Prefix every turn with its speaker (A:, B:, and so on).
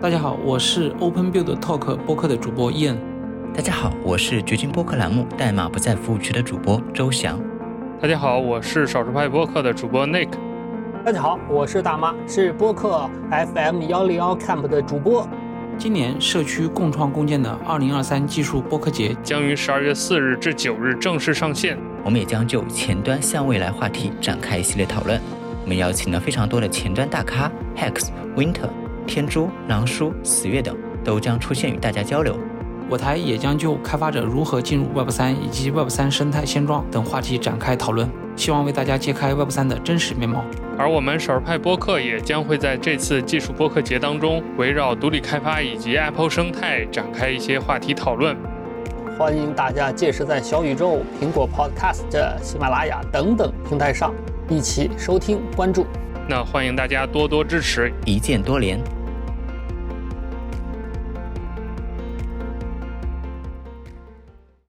A: 大家好，我是 Open Build Talk 播客的主播 Ian。
B: 大家好，我是掘金播客栏目“代码不在服务区”的主播周翔。
C: 大家好，我是少数派播客的主播 Nick。
D: 大家好，我是大妈，是播客 FM 幺零幺 Camp 的主播。
A: 今年社区共创共建的二零二三技术播客节
C: 将于十二月四日至九日正式上线。
B: 我们也将就前端向未来话题展开一系列讨论。我们邀请了非常多的前端大咖，Hex、Winter、天珠、狼叔、死月等，都将出现与大家交流。
A: 我台也将就开发者如何进入 Web 三以及 Web 三生态现状等话题展开讨论，希望为大家揭开 Web 三的真实面貌。
C: 而我们少数派播客也将会在这次技术播客节当中，围绕独立开发以及 Apple 生态展开一些话题讨论。
D: 欢迎大家届时在小宇宙、苹果 Podcast、喜马拉雅等等平台上一起收听、关注。
C: 那欢迎大家多多支持，
B: 一键多联。